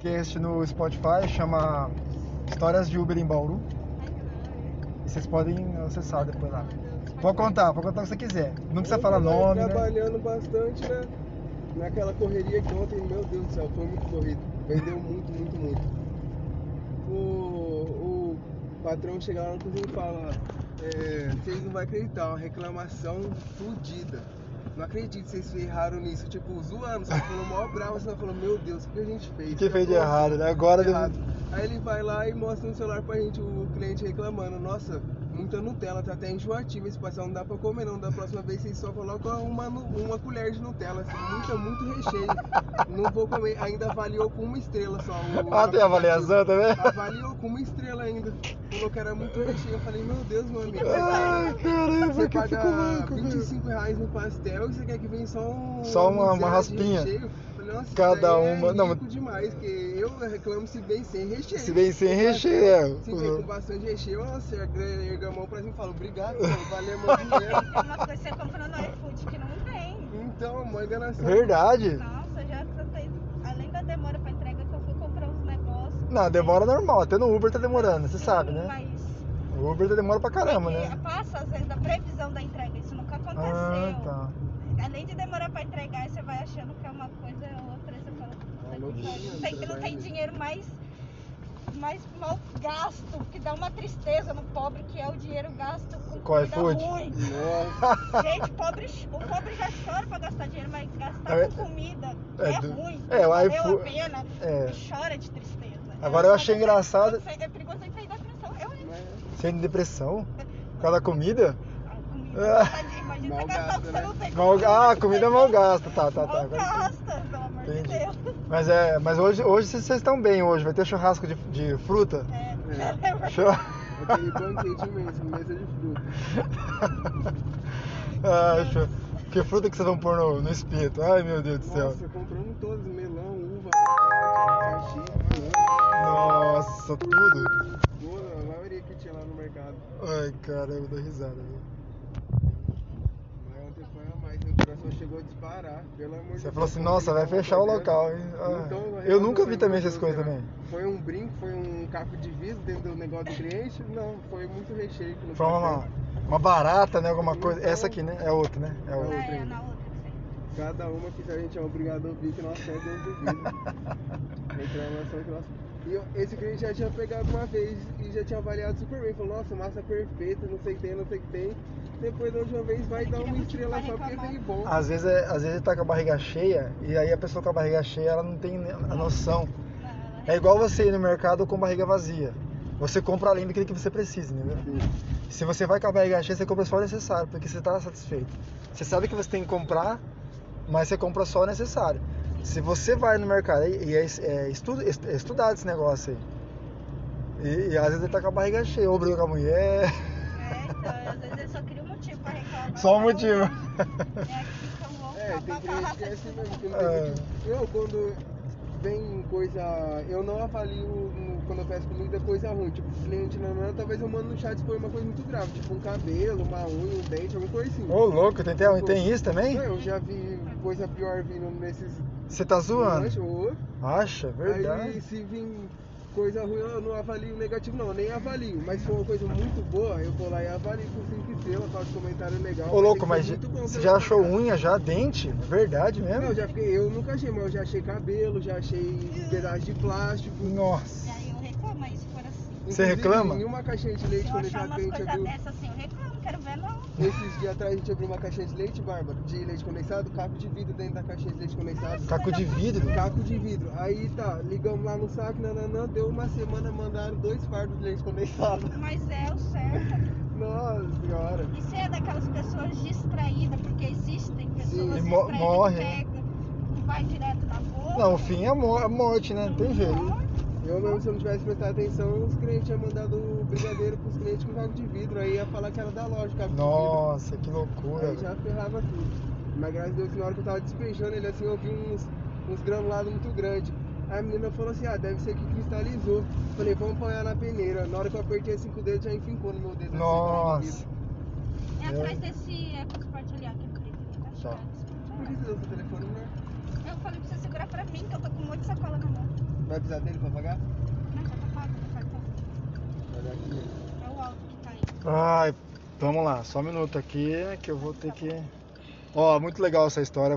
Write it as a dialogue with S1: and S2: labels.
S1: podcast no Spotify, chama Histórias de Uber em Bauru. E vocês podem acessar depois lá. Pode contar, pode contar o que você quiser. Não precisa falar
S2: Ontem nós
S1: nome. Né?
S2: tá Trabalhando bastante, né? Naquela correria que ontem, meu Deus do céu, foi muito corrido. Vendeu muito, muito, muito. O, o patrão chega lá no cozinho e fala, é, vocês não vão acreditar, uma reclamação fodida. Não acredito que vocês erraram nisso. Tipo, zoando, só falou mó bravo, só falou, meu Deus, o que a gente fez?
S1: O que fez de
S2: Falou,
S1: errado, né? Agora deve-
S2: Tá errado. Aí ele vai lá e mostra no celular pra gente o cliente reclamando. Nossa, muita Nutella, tá até enjoativo esse pastel, não dá pra comer não. Da próxima vez vocês só colocam uma, nu- uma colher de Nutella, assim, muita, muito recheio. não vou comer, ainda avaliou com uma estrela só. o-
S1: Ah, tem
S2: o aplicativo.
S1: avaliação também?
S2: Avaliou com uma estrela ainda. Falou que era muito recheio. Eu falei, meu Deus, meu amigo.
S1: Ai,
S2: Você
S1: caramba, que eu
S2: paga
S1: fico louco, velho.
S2: 25 reais no pastel e você quer que venha só um.
S1: Só uma-
S2: miséria
S1: uma
S2: de
S1: raspinha.
S2: recheio? Falei, Nossa, isso
S1: Cada
S2: daí
S1: uma-
S2: É
S1: não,
S2: não, demais, que eu reclamo se vem sem recheio.
S1: Se vem sem recheio, é.
S2: Se vem assim, com bastante recheio, nossa, eu ergo a mão pra cima e falo, obrigado, mano, valeu meu dinheiro.
S3: É uma coisa que você compra no iFood que não tem.
S2: Então, mãe enganação.
S1: Verdade.
S3: Nossa, já tentei. Além da demora pra entrega que eu fui comprar uns negócios.
S1: Não, demora normal, até no Uber tá demorando, você
S3: Sim,
S1: sabe, né?
S3: Mas
S1: O Uber tá demora pra caramba,
S3: porque
S1: né?
S3: passa às vezes da previsão da entrega, isso nunca aconteceu.
S1: Ah, tá.
S3: Além de demorar pra entregar, você vai achando que é uma coisa ou outra, e você fala, "Puta que pariu,
S2: loucura,
S3: não tem, não tem
S2: trabalho.
S3: dinheiro mais, mais mal gasto, que dá uma tristeza no pobre, que é o dinheiro gasto com
S1: Com
S3: comida
S1: iFood?
S3: ruim.
S2: Nossa,
S3: Gente, pobre, o pobre já chora pra gastar dinheiro, mas gastar
S1: É-
S3: com comida
S1: é
S3: é,
S1: do-
S3: ruim.
S1: é, o
S3: valeu
S1: iFood-
S3: a pena,
S1: é.
S3: e chora de tristeza.
S1: Agora eu achei engraçado-
S3: É perigoso entrar em depressão. Eu, hein?
S2: mas
S1: Você tem depressão? Por causa da comida?
S3: A Ah, comida, imagina você
S2: Mal
S3: gastar o que
S2: gasta,
S3: você
S2: né?
S3: não tem.
S1: Mal- É. ah,
S3: que
S1: comida
S3: você
S1: mal
S3: tem.
S1: gasta, tá, tá, tá.
S3: Mal
S1: agora sim.
S3: gasta, pelo amor
S1: Entendi.
S3: de Deus.
S1: Mas é, mas hoje, hoje vocês estão bem hoje, vai ter churrasco de, de fruta?
S3: É.
S1: Chur-
S2: aquele banquete mesmo, mesa de fruta.
S1: Ah, chur- Que fruta que vocês vão pôr no, no espeto? Ai meu Deus do céu.
S2: Nossa, comprando todos, melão, uva, abacate, abacaxi, banana,
S1: Nossa, tudo?
S2: cenoura, a maioria que tinha lá no mercado.
S1: Ai, cara, eu dou risada. viu?
S2: Mas ontem foi a mais, meu coração chegou a disparar, pelo amor de
S1: Você
S2: Deus.
S1: falou assim, nossa, vai fechar o local, hein? Ah,
S2: Então,
S1: eu
S2: real,
S1: nunca vi
S2: foi
S1: também
S2: muito
S1: essas coisas
S2: grosseiro.
S1: também.
S2: Foi um brinco, foi um caco de vidro dentro do negócio do cliente? Não, foi muito recheio. que não
S1: Foi
S2: foi
S1: uma,
S2: feito.
S1: uma barata, né? Alguma coisa. Essa aqui, né? É outra, né? É
S2: Não,
S1: outra.
S3: Ah, é, na outra que você
S2: Cada uma que a gente é obrigado a ouvir que nós temos dentro do vidro. Reclamação que nós... E eu- esse cliente já tinha pegado uma vez e já tinha avaliado super bem. Falou, nossa, massa perfeita, não sei o que tem, não sei o que tem. Depois da última vez vai dar uma estrela só porque veio bom.
S1: Às vezes, é- às vezes tá com a barriga cheia e aí a pessoa com a barriga cheia ela não tem a noção.
S3: Não, ela
S1: É igual você ir no mercado com barriga vazia. Você compra além daquilo que você precisa, entendeu? Se você vai com a barriga cheia, você compra só o necessário, porque você está satisfeito. Você sabe que você tem que comprar, mas você compra só o necessário. Se você vai no mercado, e e é, es- é estu- est- é estudado esse negócio aí. E, e às vezes ele tá com a barriga cheia, ou briga com a mulher.
S3: É, então, às vezes eu só queria um motivo pra reclamar.
S1: Só um motivo.
S3: É que fica louco,
S2: É, tem cliente que é assim mesmo, que não tem
S1: É.
S2: motivo. Eu, quando vem coisa. Eu não avalio no- quando eu peço comida coisa ruim. Tipo, cliente não, não, talvez eu mando no chat se for uma coisa muito grave, tipo um cabelo, uma unha, um dente, alguma coisa assim.
S1: Ô louco, tem, tem, tem isso também?
S2: Eu já vi coisa pior vindo nesses.
S1: Você tá zoando?
S2: lanches, ô.
S1: Acha,
S2: é Aí
S1: verdade.
S2: se vir coisa ruim, eu não avalio negativo, não, nem avalio. Mas se for uma coisa muito boa, eu vou lá e avalio com 5 estrelas, faço comentário legal.
S1: Ô louco,
S2: tem que
S1: mas
S2: ser muito bom
S1: você
S2: pra
S1: já
S2: eu
S1: achou
S2: avaliar.
S1: unha, já dente? Verdade
S2: Não,
S1: mesmo?
S2: É, eu já fiquei, eu nunca achei, mas eu já achei cabelo, já achei pedaço de plástico.
S3: E
S1: Nossa.
S3: aí um eu reclamo, aí se for assim.
S1: Você
S2: Inclusive,
S1: reclama?
S2: Em uma caixinha de
S3: Se
S2: leite,
S3: eu
S2: quando eu
S3: achar
S2: já
S3: umas
S2: cliente
S3: coisas
S2: abriu.
S3: dessas assim, eu reclamo, quero ver não.
S2: Esses dias atrás a gente abriu uma caixinha de leite, Bárbara, de leite condensado, caco de vidro dentro da caixinha de leite condensado.
S1: Caco
S3: é
S1: de vidro?
S2: Caco de vidro. Aí tá, ligamos lá no saco, nananã, deu uma semana, mandaram dois fardos de leite condensado.
S3: Mas é o certo.
S2: Nossa senhora.
S3: E você é daquelas pessoas distraídas, porque existem pessoas
S1: E
S3: distraídas
S1: mo- morre.
S3: que pega, que vai direto na boca.
S1: Não, o fim é mo- é morte, né? Não tem jeito.
S2: Eu mesmo, se eu não tivesse prestado atenção, os clientes tinham mandado um brigadeiro pros clientes com caco de vidro. Aí ia falar que era da loja, caco de vidro.
S1: Nossa, que loucura.
S2: Aí já ferrava tudo. Mas graças a Deus, na hora que eu tava despejando ele assim, eu vi uns, uns granulados muito grandes. Aí a menina falou assim, ah, deve ser que cristalizou. Falei, vamos pôr ela na peneira. Na hora que eu apertei assim com o dedo, já enfincou no meu dedo. assim,
S1: Nossa.
S3: É atrás desse é, compartilhar que eu queria que tá chato.
S2: Por que você deu seu telefone, né?
S3: Eu falei pra você segurar pra mim, que eu tô com um monte de sacola na mão.
S2: Vai precisar dele pra pagar?
S3: Não, já tá pago no cartão.
S2: Olha aqui.
S3: É o alto que tá aí.
S1: é Ai, vamos lá, só um minuto aqui que eu vou ter que. Ó, muito legal essa história.